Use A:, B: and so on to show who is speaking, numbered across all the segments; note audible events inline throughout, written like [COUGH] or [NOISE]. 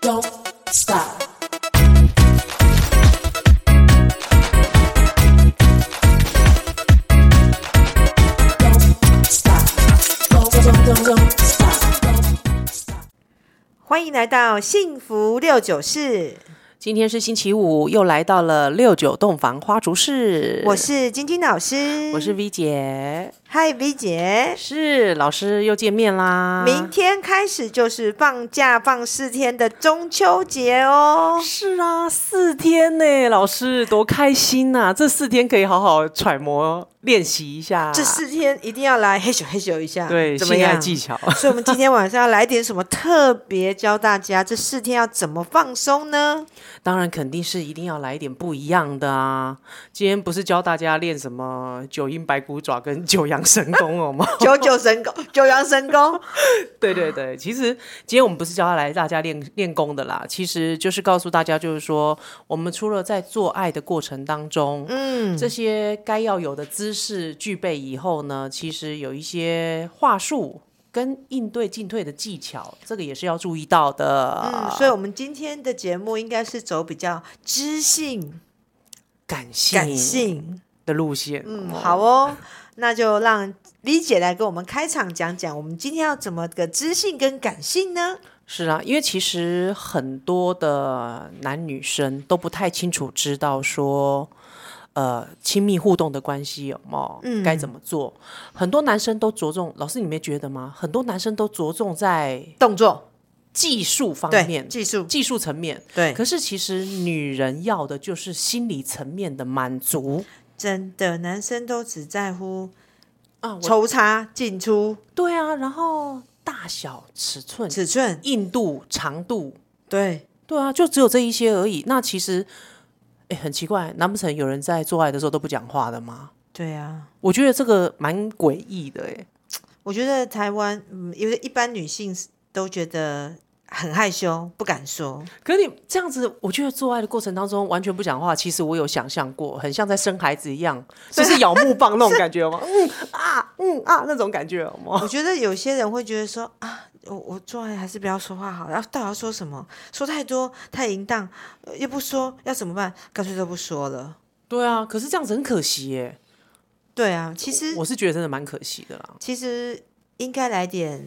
A: don't stop. Don't stop. Don't, don't, don't, don't stop. Don't stop.
B: 欢迎来到幸福六九室，
C: 今天是星期五，又来到了六九洞房花烛式。
B: 我是晶晶老师，
C: 我是 V 姐，
B: 嗨 V 姐。
C: 是老师又见面啦。
B: 明天开始就是放假放四天的中秋节哦，
C: 是啊，四天呢，老师多开心呐、这四天可以好好揣摩练习一下，
B: 这四天一定要来嘿咻嘿咻一下，
C: 啊对
B: 怎么
C: 性爱
B: 样？
C: 技巧。
B: 所以，我们今天晚上要来点什么特别，教大家这四天要怎么放松
C: [LAUGHS]
B: 呢？
C: 当然肯定是一定要来一点不一样的啊！今天不是教大家练什么九阴白骨爪跟九阳神功哦吗？
B: 九九神功，九阳神
C: [LAUGHS]
B: 功，
C: 对对对，其实今天我们不是教他来大家练练功的啦，其实就是告诉大家，就是说我们除了在做爱的过程当中，嗯，这些该要有的姿势具备以后呢，其实有一些话术跟应对进退的技巧，这个也是要注意到的。
B: 嗯，所以我们今天的节目应该是走比较知性、
C: 感性
B: 感性，
C: 的路线，
B: 嗯，好哦，那就让李姐来跟我们开场讲讲，我们今天要怎么个知性跟感性呢？
C: 是啊，因为其实很多的男女生都不太清楚知道说，呃，亲密互动的关系有没有、该怎么做。很多男生都着重，老师你没觉得吗？很多男生都着重在
B: 动作
C: 技术方
B: 对，
C: 面、
B: 技术
C: 技术层面，
B: 对，
C: 可是其实女人要的就是心理层面的满足
B: 真的男生都只在乎
C: 啊。我
B: 抽插、进出、
C: 对啊，然后大小、尺寸、
B: 尺寸，
C: 硬度、长度，
B: 对，
C: 对啊，就只有这一些而已。那其实，哎，很奇怪，难不成有人在做爱的时候都不讲话的吗？
B: 对啊。
C: 我觉得这个蛮诡异的，哎，
B: 我觉得台湾，嗯，因为一般女性都觉得很害羞，不敢说。
C: 可是你这样子，我觉得做爱的过程当中完全不讲话，其实我有想象过，很像在生孩子一 [LAUGHS] 样，就是咬木棒那种感觉吗？ [LAUGHS] 嗯啊，嗯啊那种感觉有吗？
B: 我觉得有些人会觉得说啊，我我做爱还是不要说话好，然后到底要说什么？说太多太淫荡，呃又不说要怎么办？干脆都不说了。
C: 对啊，可是这样子很可惜耶，
B: 对啊，其实
C: 我是觉得真的蛮可惜的啦。
B: 其实应该来点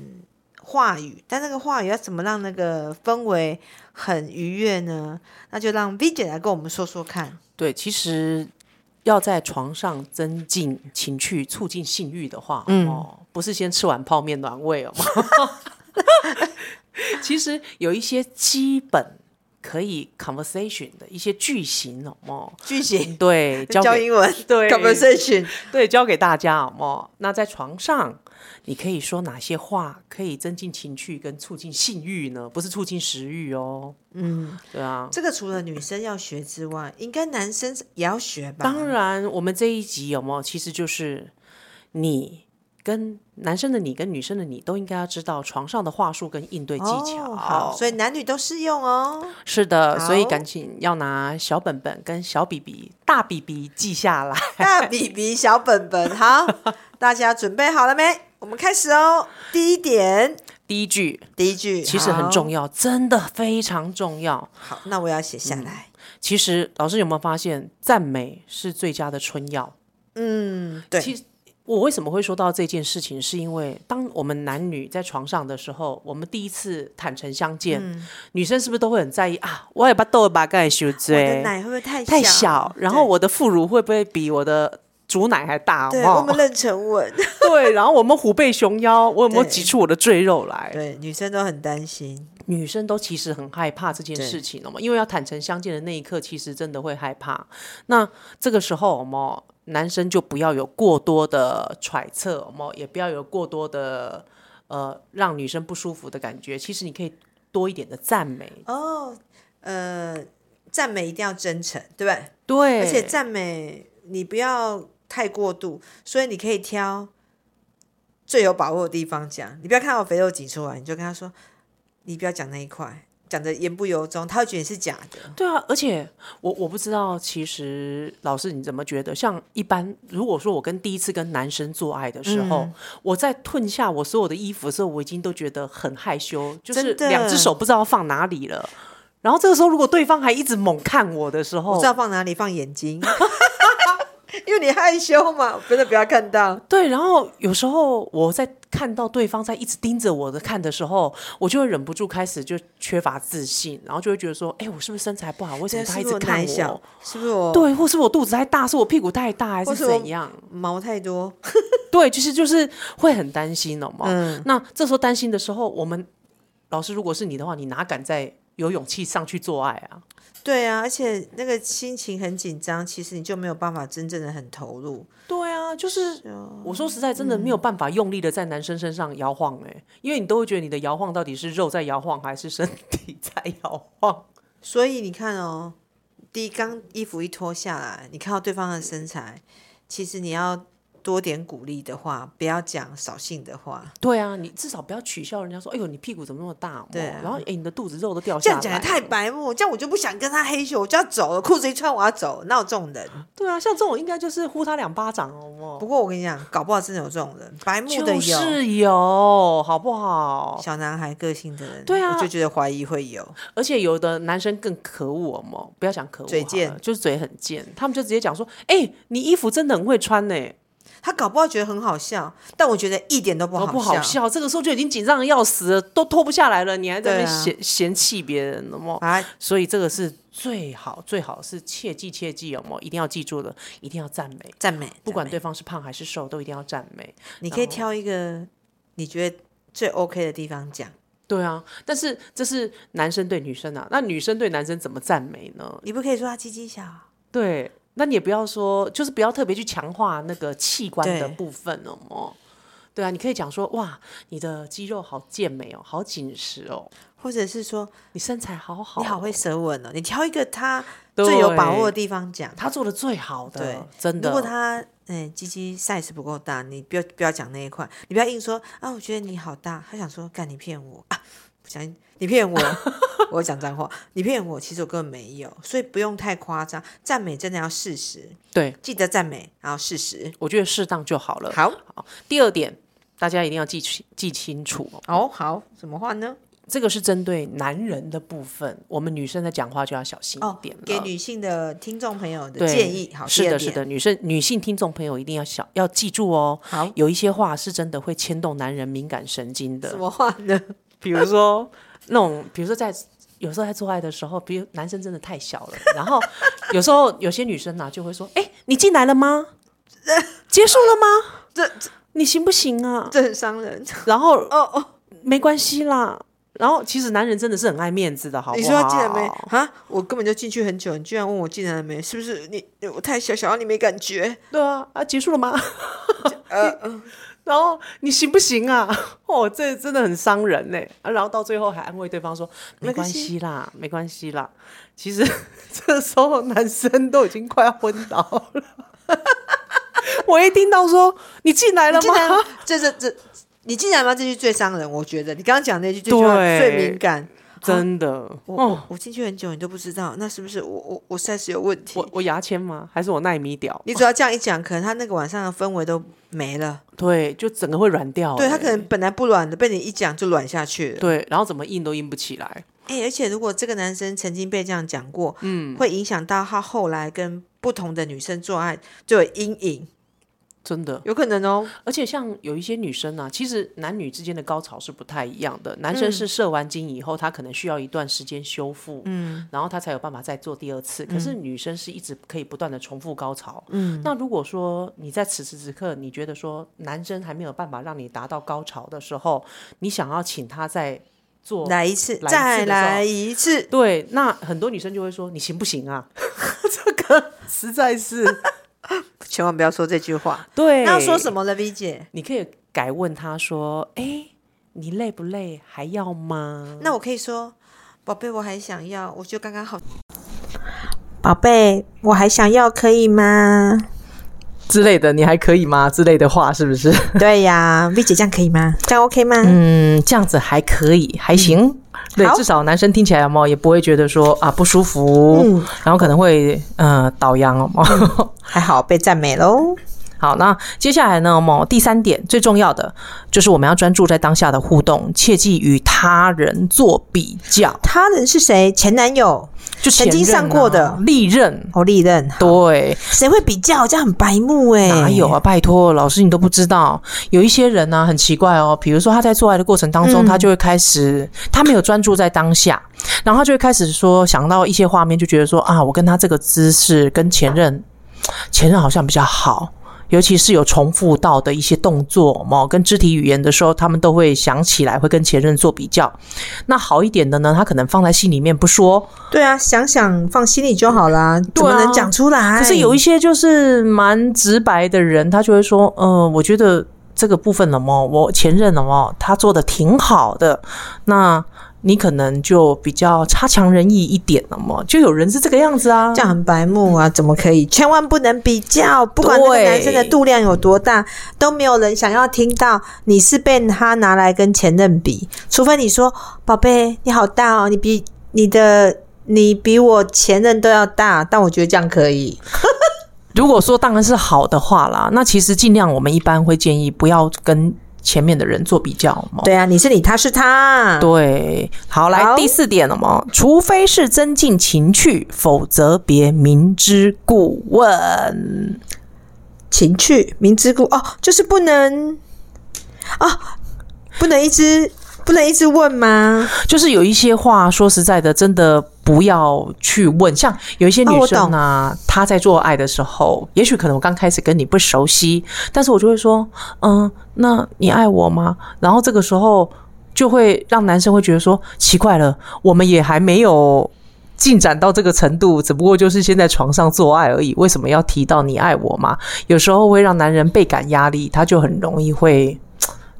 B: 话语，但那个话语要怎么让那个氛围很愉悦呢？那就让 V 姐来跟我们说说看。
C: 对，其实要在床上增进情趣、促进性欲的话，哦，不是先吃完泡面暖胃哦。 [LAUGHS] 其实有一些基本可以 conversation 的一些句型哦，哦，
B: 剧情
C: 对，交
B: 教
C: 给
B: 英文
C: 嗯对
B: conversation，
C: 对教给大家哦，哦，那在床上。你可以说哪些话可以增进情趣跟促进性欲呢？不是促进食欲哦。嗯，对啊。
B: 这个除了女生要学之外，应该男生也要学吧？
C: 当然，我们这一集有没有？其实就是你跟男生的你跟女生的你都应该要知道床上的话术跟应对技巧。
B: 哦好，所以男女都适用哦。
C: 是的，所以
B: 好
C: 赶紧要拿小本本跟小笔笔、大笔笔记下来。 [LAUGHS]
B: 大比比小本本，好，大家准备好了没？我们开始哦。第一点，
C: 第一句
B: 第一句
C: 其实很重
B: 要。
C: 要，真的非常重要。
B: 好，那我要写下
C: 嗯
B: 来。
C: 其实老师有没有发现，赞美是最佳的春药？
B: 嗯，对，
C: 其实我为什么会说到这件事情，是因为当我们男女在床上的时候，我们第一次坦诚相见，
B: 嗯
C: 女生是不是都会很在意啊？我也把豆把盖修
B: 我的
C: 追
B: 奶会不会太
C: 哎太小，然后
B: 对
C: 我的副乳会不会比我的主奶还大？
B: 对我
C: 哦
B: 们妊娠
C: [LAUGHS]
B: 纹，
C: 对，然后我们虎背熊腰，我有没有
B: 对
C: 挤出我的赘肉来？
B: 对，女生都很担心。
C: 女生都其实很害怕这件
B: 对
C: 事情了嘛，因为要坦诚相见的那一刻，其实真的会害怕。那这个时候，我们男生就不要有过多的揣测，我们也不要有过多的呃让女生不舒服的感觉。其实你可以多一点的赞美，
B: 哦，呃，赞美一定要真诚，对不对？
C: 对，
B: 而且赞美你不要太过度，所以你可以挑最有把握的地方讲。你不要看我肥肉挤出来，你就跟他说，你不要讲那一块，讲的言不由衷，他会觉得你是假的。
C: 对啊，而且我我不知道，其实老师你怎么觉得？像一般，如果说我跟第一次跟男生做爱的时
B: 嗯
C: 候，我在褪下我所有的衣服的时候，我已经都觉得很害羞，就是
B: 真的
C: 两只手不知道放哪里了。然后这个时候，如果对方还一直猛看我的时
B: 我
C: 候
B: 知，道放哪里，放眼睛， [LAUGHS] 因为你害羞嘛，真的不要看到。
C: 对，然后有时候我在看到对方在一直盯着我的看的时候，我就会忍不住开始就缺乏自信，然后就会觉得说，哎，我是不是身材不好？为什么他
B: 是
C: 一
B: 不是
C: 直
B: 我
C: 看
B: 奶小
C: 我？？
B: 是不是我
C: 对，或是我肚子太大，是我屁股太大，还
B: 或
C: 是
B: 是我
C: 怎样？
B: 毛太多？
C: 对，其实就是会很担心了嘛。
B: 嗯，
C: 那这时候担心的时候，我们老师如果是你的话，你哪敢再有勇气上去做爱啊？
B: 对啊，而且那个心情很紧张，其实你就没有办法真正的很投入。哦
C: 对啊，就是我说实在，真的没有办法用力的在男生身上摇晃哎、因为你都会觉得你的摇晃到底是肉在摇晃还是身体在摇晃？
B: 所以你看哦，第一刚衣服一脱下来，你看到对方的身材，其实你要多点鼓励的话，不要讲扫兴的话，
C: 对啊，你至少不要取笑人家说，哎呦，你屁股怎么那么大哦？
B: 对啊
C: 然后哎、你的肚子肉都掉
B: 这
C: 下来
B: 样
C: 了。
B: 讲也太白目，这样我就不想跟他黑咻，我就要走了，裤子一穿我要走，哪有这种人？
C: 对啊，像这种应该就是呼他两巴掌哦。有没有
B: 不过我跟你讲，搞不好真的有这种人，白目的有。
C: 就是有，好不好？
B: 小男孩个性的人，
C: 对啊
B: 我就觉得怀疑会有。
C: 而且有的男生更可恶哦，嘛，不要讲可恶好了，
B: 嘴贱
C: 就是嘴很贱，他们就直接讲说：“哎、你衣服真的很会穿呢、
B: 他搞不好觉得很好笑，但我觉得一点都不
C: 好
B: 好
C: 不好笑？”这个时候就已经紧张的要死了，都脱不下来了，你还在那边
B: 对啊
C: 嫌、嫌弃别人了嘛？
B: 啊！
C: 所以这个是最好最好是切记切记哦，嘛，一定要记住的，一定要赞美，
B: 赞美，
C: 不管
B: 赞
C: 对方是胖还是瘦，都一定要赞美。
B: 美，你可以挑一个你觉得最 OK 的地方讲。
C: 对啊，但是这是男生对女生啊，那女生对男生怎么赞美呢？
B: 你不可以说他鸡鸡小，
C: 对，那你也不要说，就是不要特别去强化那个器官的
B: 对
C: 部分了哦。对啊，你可以讲说，哇，你的肌肉好健美哦，好紧实哦，
B: 或者是说
C: 你身材好好，
B: 你好会舌吻哦。你挑一个他
C: 对
B: 最有把握的地方讲。
C: 他做的最好
B: 对
C: 的，真的。
B: 如果他嗯鸡鸡 size 不够大，你不要不要讲那一块，你不要硬说啊，我觉得你好大。他想说，干你骗我啊，不小心你骗我，我讲脏话，你骗我，其实我根本没有，所以不用太夸张，赞美真的要事实，
C: 对，呃
B: 记得赞美，然后事实。
C: 我觉得适当就好了。
B: 好
C: 第二点，大家一定要记清记清楚哦，
B: 哦，好，什么话呢？
C: 这个是针对男人的部分，我们女生在讲话就要小心
B: 哦
C: 一点了。，
B: 给女性的听众朋友的
C: 对
B: 建议，好，
C: 是
B: 第
C: 的，
B: 二
C: 是的，
B: 点，
C: 女生女性听众朋友一定要小要记住哦。
B: 好，
C: 有一些话是真的会牵动男人敏感神经的
B: 什，么话呢？
C: 比如说 [LAUGHS] 那种，比如说在有时候在做爱的时候，比如男生真的太小了， [LAUGHS] 然后有时候有些女生呢、就会说：“哎、你进来
B: [LAUGHS]
C: 了吗？结束了吗？
B: 这
C: 你行不行
B: [LAUGHS]
C: 啊
B: 这很伤人。？”
C: 然后
B: 哦哦，
C: 没关系啦。然后其实男人真的是很爱面子的，好不好？
B: 你说他进来没？啊？我根本就进去很久，你居然问我进来了没？是不是你我太小，小到你没感觉？
C: 对啊，啊，结束了吗？ [LAUGHS]
B: 呃，呃
C: 然后你行不行啊？ [LAUGHS] 哦，这真的很伤人呢、啊然后到最后还安慰对方说没
B: 没
C: 关
B: 关系
C: 系啦，没关系啦。其实 [LAUGHS] 这时候男生都已经快要昏倒了。 [LAUGHS] 我一听到说你进来了
B: 进来
C: 吗？
B: 吗，这这这，你进来吗？这句最伤人，我觉得你刚刚讲那句最重要
C: 对
B: 最敏感。
C: [LAUGHS] 真的，
B: 我
C: 哦，
B: 我我进去很久，你都不知道，那是不是我我我 size 有问题
C: 我？我牙签吗？还是我耐米屌？
B: 你只要这样一讲，可能他那个晚上的氛围都没了。
C: 对，就整个会软掉、
B: 对
C: 欸
B: 他可能本来不软的，被你一讲就软下去了。
C: 对，然后怎么硬都硬不起来。
B: 哎、而且如果这个男生曾经被这样讲过，嗯，会影响到他后来跟不同的女生做爱，就有阴影，
C: 真的，
B: 有可能哦。
C: 而且像有一些女生啊，其实男女之间的高潮是不太一样的。男生是射完精以后，他可能需要一段时间修复，嗯，然后他才有办法再做第二次。可是女生是一直可以不断的重复高潮，嗯。那如果说你在此时此刻，你觉得说男生还没有办法让你达到高潮的时候，你想要请他再做
B: 来一次，
C: 来一次的
B: 再
C: 时
B: 来
C: 候
B: 一次，
C: 对，那很多女生就会说：“你行不行啊？” [LAUGHS] 这个实在是
B: [LAUGHS] 千万不要说这句话。
C: [LAUGHS] 对。
B: 那要说什么了，V 姐？
C: 你可以改问他说：“哎、你累不累？还要吗
B: 那我可以说，宝贝，我还想要，我就刚刚好。
D: 宝贝，我还想要，可以吗？
C: 之类的，你还可以吗？之类的话，是不是？
B: [LAUGHS] 对呀，V 姐这样可以吗？这样 OK 吗？
C: 嗯，这样子还可以，还行。嗯对，
B: 好
C: 至少男生听起来有没有也不会觉得说啊不舒服，
B: 嗯
C: 然后可能会呃倒洋哦。有没有
B: 还好被赞美喽。
C: [LAUGHS] 好，那接下来呢，我们第三点最重要的就是我们要专注在当下的互动，切忌与他人做比较。
B: 他人是谁？前男友、
C: 就前
B: 曾经
C: 任
B: 上
C: 啊
B: 过的
C: 历任，
B: 哦，历任，
C: 对，
B: 谁会比较？这样很白目哎、
C: 哪有啊？拜托，老师你都不知道，有一些人呢、很奇怪哦，比如说他在做爱的过程当中，他就会开始，他没有专注在当下，然后他就会开始说想到一些画面，就觉得说啊，我跟他这个姿势跟前任，前任好像比较好。尤其是有重复到的一些动作嘛，跟肢体语言的时候，他们都会想起来，会跟前任做比较。那好一点的呢，他可能放在心里面不说，
B: 对啊，想想放心里就好啦，怎么
C: 对啊
B: 能讲出来？
C: 可是有一些就是蛮直白的人，他就会说，呃，我觉得这个部分了么，我前任了么，他做的挺好的，那你可能就比较差强人意一点了么，就有人是这个样子啊
B: 这。样很白目啊，怎么可
C: 嗯
B: 以？千万不能比较，不管那个
C: 对
B: 男生的度量有多大，都没有人想要听到你是被他拿来跟前任比，除非你说：“宝贝，你好大哦，你比你的你比我前任都要大。”但我觉得这样可以，
C: 如果说当然是好的话啦，那其实尽量我们一般会建议不要跟前面的人做比较嘛。
B: 对啊，你是你，他是他，
C: 对，好，来
B: 好
C: 第四点了嘛，除非是增进情趣，否则别明知故问。
B: 情趣明知故哦，就是不能哦，不能一直不能一直问吗？
C: 就是有一些话，说实在的，真的不要去问。像有一些
B: 哦
C: 女
B: 我懂
C: 生啊，她在做爱的时候，也许可能我刚开始跟你不熟悉，但是我就会说，嗯，那你爱我吗？然后这个时候就会让男生会觉得说，奇怪了，我们也还没有。进展到这个程度，只不过就是先在床上做爱而已。为什么要提到你爱我吗？有时候会让男人倍感压力，他就很容易会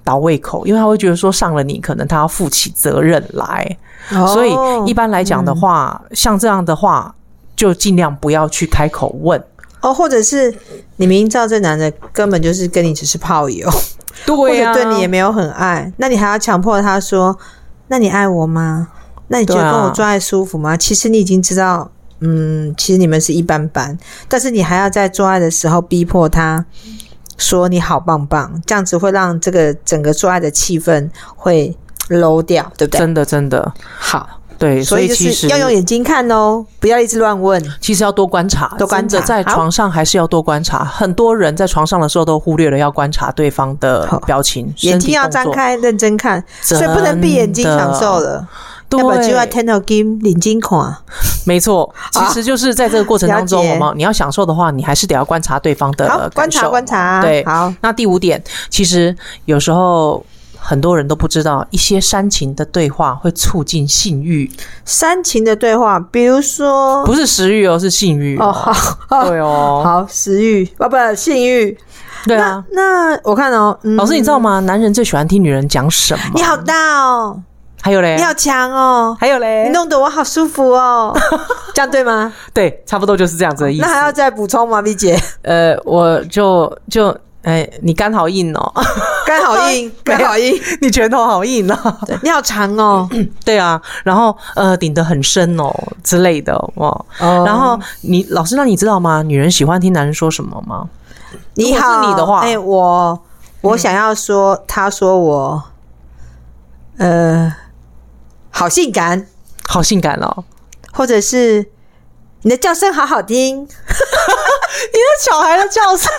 C: 倒胃口，因为他会觉得说上了你，可能他要负起责任来。
B: 哦
C: 所以一
B: 般
C: 般来讲的
B: 嗯
C: 话，像这样的话，就尽量不要去开口问。
B: 哦，或者是你明知道这男的根本就是跟你只是炮友，或
C: 对啊
B: 者对你啊也没有很爱，那你还要强迫他说：“那你爱我吗？那你觉得
C: 对啊
B: 跟我做爱舒服吗？”其实你已经知道，嗯，其实你们是一般般，但是你还要在做爱的时候逼迫他说你好棒棒，这样子会让这个整个做爱的气氛会 low 掉，对不对？
C: 真的真的
B: 好，
C: 对，
B: 所
C: 所
B: 以
C: 以
B: 就
C: 其
B: 是
C: 实
B: 要用眼睛看哦，不要一直乱问。
C: 其实要多观察，
B: 多观察
C: 真的在
B: 好
C: 床上还是要多观察。很多人在床上的时候都忽略了要观察对方的
B: 好
C: 表情、
B: 眼睛要
C: 身体动
B: 张
C: 作，
B: 开，认真看，所以不能闭眼睛享受了，
C: 对，
B: 要不然就要 ten o game 领睛看。[LAUGHS]
C: 没错，其实就是在这个过程当中，
B: 了解
C: 好吗？你要享受的话，你还是得要观察对方的
B: 好，观
C: 呃感
B: 察
C: 受
B: 观察，
C: 对
B: 好，
C: 那第五点，其实有时候很多人都不知道，一些煽情的对话会促进性欲，
B: 煽情的对话，比如说，
C: 不是食欲哦，是性欲
B: 哦，好，好，
C: 对哦，
B: 好，食欲，啊，不，性欲。
C: 对啊。
B: 那我看哦，嗯
C: 老师，你知道吗？男人最喜欢听女人讲什么？
B: 你好大哦，
C: 还有嘞
B: 你，好强哦，
C: 还有嘞
B: 你，弄得我好舒服
C: [LAUGHS]
B: 哦，这样对吗？
C: 对，差不多就是这样子的意思
B: 那。还要再补充吗，V
C: [LAUGHS]
B: 姐？
C: 呃，我就就哎，你肝好硬哦，
B: 肝好硬，
C: 没有
B: 肝好硬，
C: 你拳头好硬哦。
B: 对你好长哦，
C: 对啊，然后呃，顶得很深哦之类的哦。
B: 哦
C: 然后你老师，那你知道吗？女人喜欢听男人说什么吗？
B: 你
C: 如
B: 好，
C: 果是你的话嗯
B: 哎，我我想要说，他说我，呃，好性感，
C: 好性感哦！
B: 或者是你的叫声好好听， [LAUGHS]
C: 你的小孩的叫声，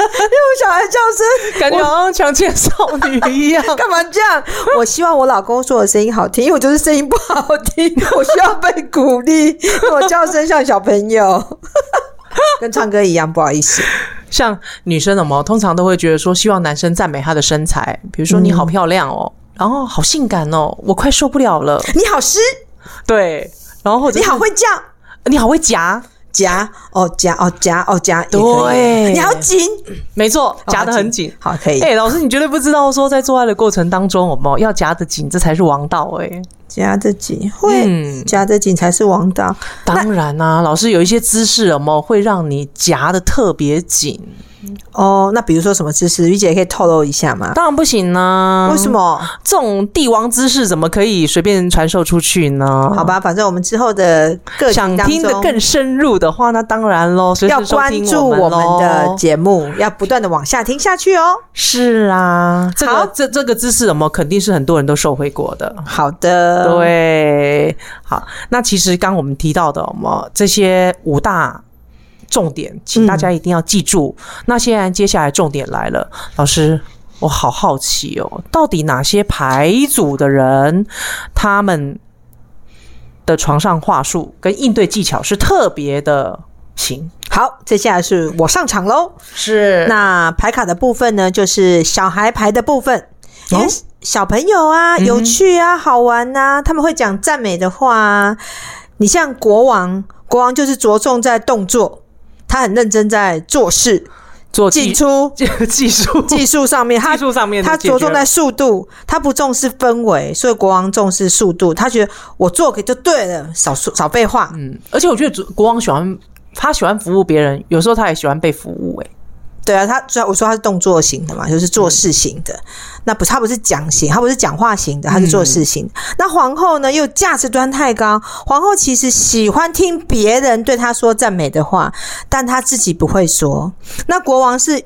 B: 小孩叫声
C: 感觉好像强奸少女一样。
B: 干嘛这样？我希望我老公说我声音好听，因为我就是声音不好听， [LAUGHS] 我需要被鼓励，因为我叫声像小朋友， [LAUGHS] 跟唱歌一样，不好意思。
C: [LAUGHS] 像女生的嘛，通常都会觉得说，希望男生赞美她的身材，比如说你好漂亮哦，然后好性感哦，我快受不了了。
B: 你好湿，
C: 对，然后或者
B: 你
C: 是
B: 好会叫，
C: 你好会夹，
B: 夹哦夹哦夹哦夹，也可以
C: 对
B: 你好紧，哦
C: 没错，夹得
B: 好
C: 啊很紧。
B: 好可以。
C: 哎、老师，你绝对不知道说在做爱的过程当中，我们要夹得紧，这才是王道哎、
B: 夹着紧会
C: 嗯
B: 夹着紧才是王道。
C: 啊当然啦、老师有一些姿势，有没有会让你夹得特别紧？
B: 哦，那比如说什么姿势，于姐也可以透露一下吗？
C: 当然不行啊呢、
B: 为什？么？
C: 这种帝王姿势怎么可以随便传授出去呢？
B: 好吧，反正我们之后的各集
C: 嗯想
B: 当
C: 听得
B: 中
C: 更深入的话，那当然喽，随时
B: 要
C: 收
B: 关
C: 听
B: 注
C: 我
B: 我
C: 们
B: 们的
C: 咯
B: 节目，要不断的往下听下去哦。
C: 是啊，这
B: 好
C: 个这这个姿势，有没有肯定是很多人都受惠过的。
B: 好
C: 嗯
B: 的，，
C: 对，好，那其实刚我们提到的，我们这些五大重点，请大家一定要记住。那现在接下来重点来了，老师，我好好奇哦，到底哪些牌组的人，他们的床上话术跟应对技巧是特别的行？
B: 好，接下来是我上场喽。
C: 是
B: [LAUGHS] 那牌卡的部分呢，就是小孩牌的部分，因为
C: 哦嗯
B: 小朋友啊，有趣啊，好玩啊，他们会讲赞美的话啊。你像国王，国王就是着重在动作，他很认真在做事、
C: 做
B: 进
C: 技
B: 出、
C: 技术
B: 技术上面，他
C: 技术上面的
B: 他
C: 解
B: 着重
C: 决
B: 在速度，他不重视氛围，所以国王重视速度，他觉得我做给就对了，少说少废话。
C: 嗯，而且我觉得主国王喜欢他喜欢服务别人，有时候他也喜欢被服务、欸。
B: 对啊，他主要我说他是动作型的嘛，就是做事型的。那不是他不是讲型，他不是讲话型的，他是做事型的。那皇后呢，又价值观太高，皇后其实喜欢听别人对她说赞美的话，但她自己不会说。那国王是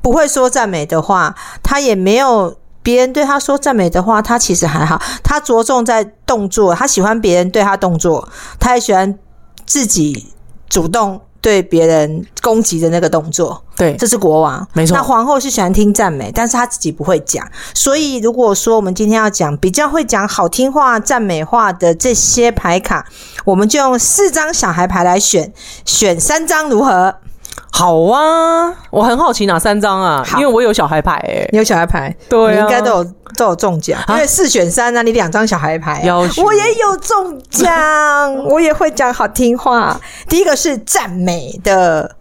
B: 不会说赞美的话，他也没有。别人对他说赞美的话，他其实还好。他着重在动作，他喜欢别人对他动作，他也喜欢自己主动对别人攻击的那个动作。
C: 对，
B: 这是国王，
C: 没错
B: 那皇后是喜欢听赞美，但是她自己不会讲。所以如果说我们今天要讲比较会讲好听话、赞美话的这些牌卡，我们就用四张小孩牌来选，选三张如何？
C: 好啊，我很好奇哪三张啊？
B: 好
C: 因为我有小孩牌哎、
B: 你有小孩牌，
C: 对啊
B: 你应该都有都有中奖，因为四选三啊，你两张小孩牌、啊
C: 要，求
B: 我也有中奖，
C: [LAUGHS]
B: 我也会讲好听话。第一个是赞美的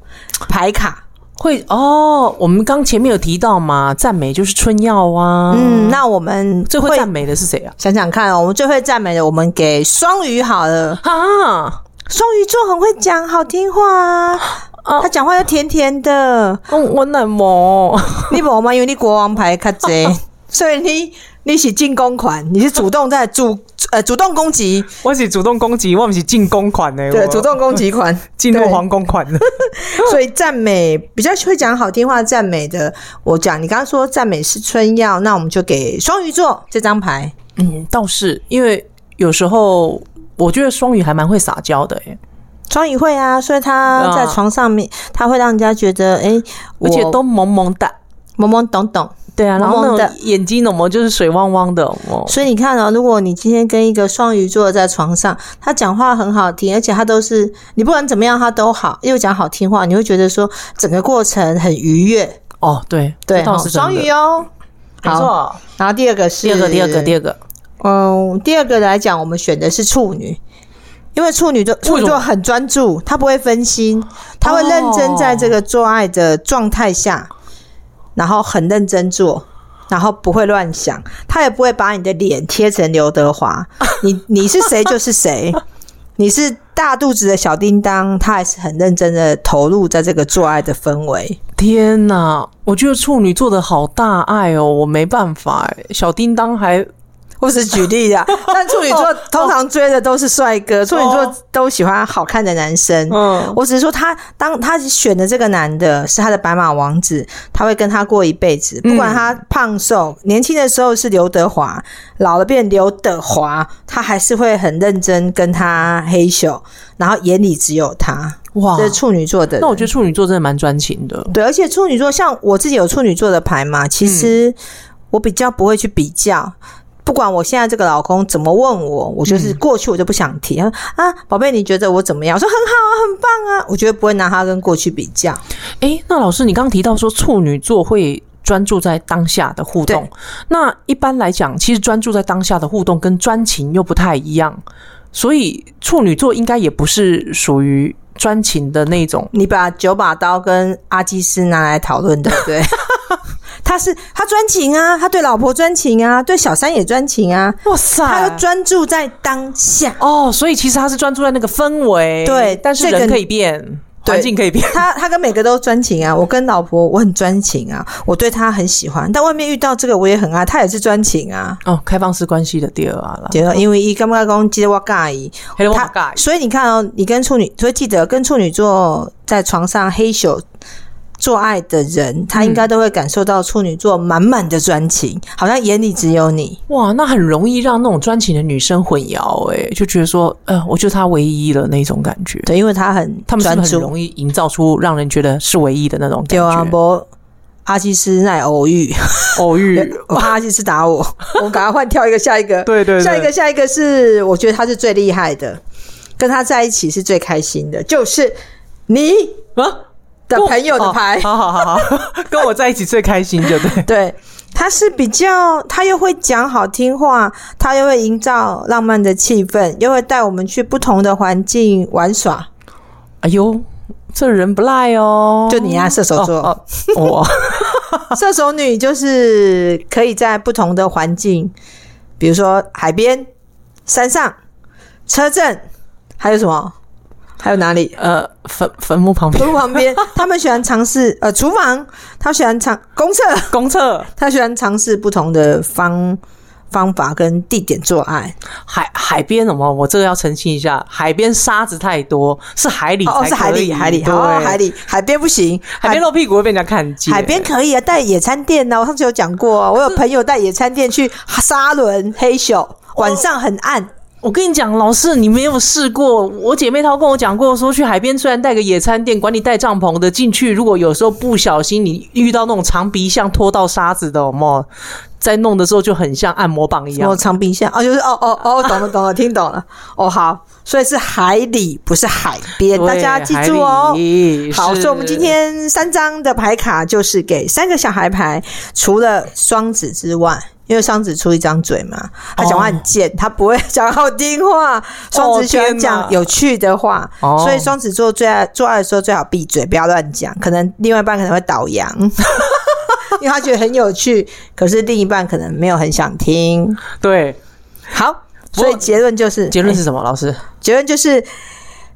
B: 牌卡，
C: 会哦。我们刚前面有提到嘛，赞美就是春药啊。
B: 嗯，，那我们
C: 最会赞美的是谁啊？
B: 想想看、哦，我们最会赞美的，我们给双鱼好了。
C: 啊，
B: 双鱼座很会讲好听话啊，
C: 哦
B: 他讲话又甜甜的。
C: 嗯，我冷漠，
B: 你不嘛，因为你国王牌较贼，所以你你是进攻款，你是主动在主呃主动攻击，
C: [LAUGHS] 我是主动攻击，我不是进攻款呢、欸
B: 对，
C: 我
B: 主动攻击款。
C: [LAUGHS] 进入
B: 对
C: 皇宫款了。
B: 所以赞美比较会讲好听话赞美的，我讲你刚刚说赞美是春药，那我们就给双鱼座这张牌。
C: 嗯，倒是因为有时候我觉得双鱼还蛮会撒娇的哎、
B: 双鱼会啊，所以他在
C: 啊
B: 床上面，他会让人家觉得，哎、
C: 而且
B: 我
C: 都萌萌哒。
B: 懵懵懂懂。
C: 对啊，然后
B: 萌萌
C: 那
B: 的
C: 种眼睛有没有就是水汪汪的有没有
B: 所以你看哦，如果你今天跟一个双鱼座在床上，他讲话很好听，而且他都是你不管怎么样他都好，又讲好听话，你会觉得说整个过程很愉悦。
C: 哦，对，
B: 对，
C: 这倒
B: 哦
C: 是真的
B: 双鱼哦。
C: 没
B: 好，
C: 错。
B: 然后第二个是
C: 第二个，第二个，第二个，
B: 嗯，第二个来讲，我们选的是处女。因为处女座，
C: 什么
B: 处
C: 哦
B: 女座很专注，她不会分心，她会认真在这个做爱的状态下，然后很认真做，然后不会乱想，她也不会把你的脸贴成刘德
C: [LAUGHS]
B: 华，你你是谁就是谁，你是大肚子的小叮当，她还是很认真的投入在这个做爱的氛围。
C: 天哪！我觉得处女座的好大爱哦，我没办法哎。小叮当还
B: 我只是举例
C: [LAUGHS]
B: 啊，但处女座通常追的都是帅哥，处女座都喜欢好看的男生。
C: 嗯，
B: 我只是说他当他选的这个男的是他的白马王子，他会跟他过一辈子，不
C: 嗯
B: 管他胖瘦，年轻的时候是刘德华，老了变刘德华，他还是会很认真跟他黑咻，然后眼里只有他，
C: 哇
B: 这是处女座的人。
C: 哦那我觉得处女座真的蛮专情的。
B: 对，而且处女座像我自己有处女座的牌嘛，其实我比较不会去比较。不管我现在这个老公怎么问我，我就是过去我就不想提。他说啊，宝贝，你觉得我怎么样？我说很好啊，很棒啊，我觉得不会拿他跟过去比较。
C: 哎，那老师，你刚刚提到说处女座会专注在当下的互动
B: 对，
C: 那一般来讲，其实专注在当下的互动跟专情又不太一样，所以处女座应该也不是属于专情的那种。
B: 你把九把刀跟阿基斯拿来讨论，对不对？ [LAUGHS] 他是他专情啊，他对老婆专情啊，对小三也专情啊，
C: 哇塞！
B: 他就专注在当下。
C: 哦，所以其实他是专注在那个氛围，
B: 对
C: 但是
B: 这个
C: 人可以变，环境可以变。
B: 他他跟每个都专情啊，我跟老婆我很专情啊，我对他很喜欢，但外面遇到这个我也很爱，他也是专情啊。
C: 哦，开放式关系的第二啊啦，
B: 对了，因为一刚刚讲，记得我尬伊，
C: 黑龙
B: 他所以你看哦，你跟处女，所以记得跟处女座在床上嘿咻做爱的人，他应该都会感受到处女座满满的专情，好像眼里只有你。
C: 哇，那很容易让那种专情的女生混淆，哎，就觉得说，呃，我就是她唯一了那种感觉。
B: 对，因为他很
C: 他们是
B: 专
C: 不是
B: 注
C: 很，容易营造出让人觉得是唯一的那种感
B: 对啊，
C: 觉？
B: 不。阿基斯奈偶遇，
C: 偶遇，
B: 我怕阿基斯打我，我们赶快换跳一个下一个。
C: 对对对，
B: 下一个，下一个是我觉得他是最厉害的，跟他在一起是最开心的，就是你
C: 啊
B: 的朋友的牌。
C: 好好好 [LAUGHS] 好，跟我在一起最开心，就对。
B: 对，他是比较，他又会讲好听话，他又会营造浪漫的气氛，又会带我们去不同的环境玩耍。
C: 哎呦，这人不赖哦，
B: 就你啊，射手座，
C: 哦，哦 [LAUGHS] 我
B: [LAUGHS] 射手女就是可以在不同的环境，比如说海边、山上、车震，还有什么？还有哪里？
C: 呃坟坟墓旁
B: 走
C: 边
B: 路旁边，他们喜欢尝试呃厨房，他喜欢尝公厕，
C: [LAUGHS] 公厕
B: 他喜欢尝试不同的方方法跟地点做爱。
C: 海海边什么？我这个要澄清一下，海边沙子太多，是海里
B: 哦，
C: 才
B: 是海
C: 可
B: 里，
C: 以
B: 海里，
C: 对
B: 好，哦海里，海边不行，
C: 海边露屁股会被人家看见，
B: 海边可以啊，带野餐垫呢、我上次有讲过、啊，我有朋友带野餐垫去沙轮黑咻，晚上很暗。
C: 我跟你讲，老师，你没有试过。我姐妹她跟我讲过，说去海边虽然带个野餐垫，管你带帐篷的进去，如果有时候不小心你遇到那种长鼻象拖到沙子的，有哦没有在弄的时候就很像按摩棒一
B: 我
C: 样。啊
B: 长冰箱哦，就是哦哦哦，懂了懂了，听懂了哦，好，所以是海里不是海边，大家记住哦。好，所以我们今天三张的牌卡就是给三个小孩牌，除了双子之外，因为双子出一张嘴
C: 哦
B: 嘛，他讲话很贱，他不会讲好听话，双子喜欢
C: 哦天
B: 讲
C: 哪
B: 有趣的话，
C: 哦
B: 所以双子座最爱做爱的时候最好闭嘴，不要乱讲，可能另外一半可能会倒洋。 [LAUGHS] 因为他觉得很有趣，可是另一半可能没有很想听。
C: 对
B: 好，
C: 不
B: 所
C: 过
B: 以结论就是
C: 结论
B: 哎
C: 是什么？老师，
B: 结论就是，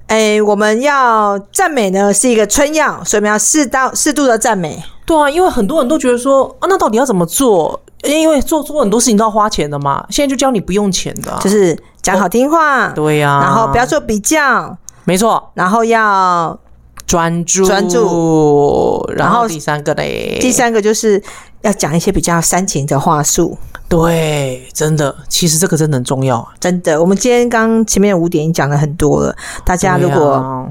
B: 哎、我们要赞美呢是一个春药，所以我们要适当适度的赞美。
C: 对啊，因为很多人都觉得说啊，那到底要怎么做？因为做做很多事情都要花钱的嘛，现在就教你不用钱的啊、哦
B: 就是讲好听话，
C: 对啊呀、
B: 然后不要做比较，
C: 没错，
B: 然后要
C: 专注
B: 专
C: 注，然
B: 然后
C: 后第三个嘞，
B: 第三个就是要讲一些比较煽情的话术。
C: 对，真的，其实这个真的很重要啊。
B: 真的，我们今天刚前面五点已经讲了很多了，大家如果
C: 对啊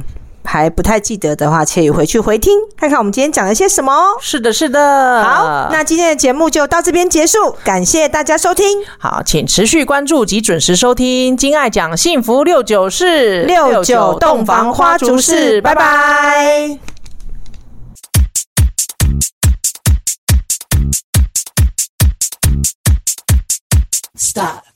B: 还不太记得的话，可以回去回听看看我们今天讲了些什么哦。
C: 是的，是的，
B: 好，那今天的节目就到这边结束，感谢大家收听。
C: 好，请持续关注及准时收听《金爱讲幸福六九事》
B: 六九洞房花烛事，拜拜。
E: Stop.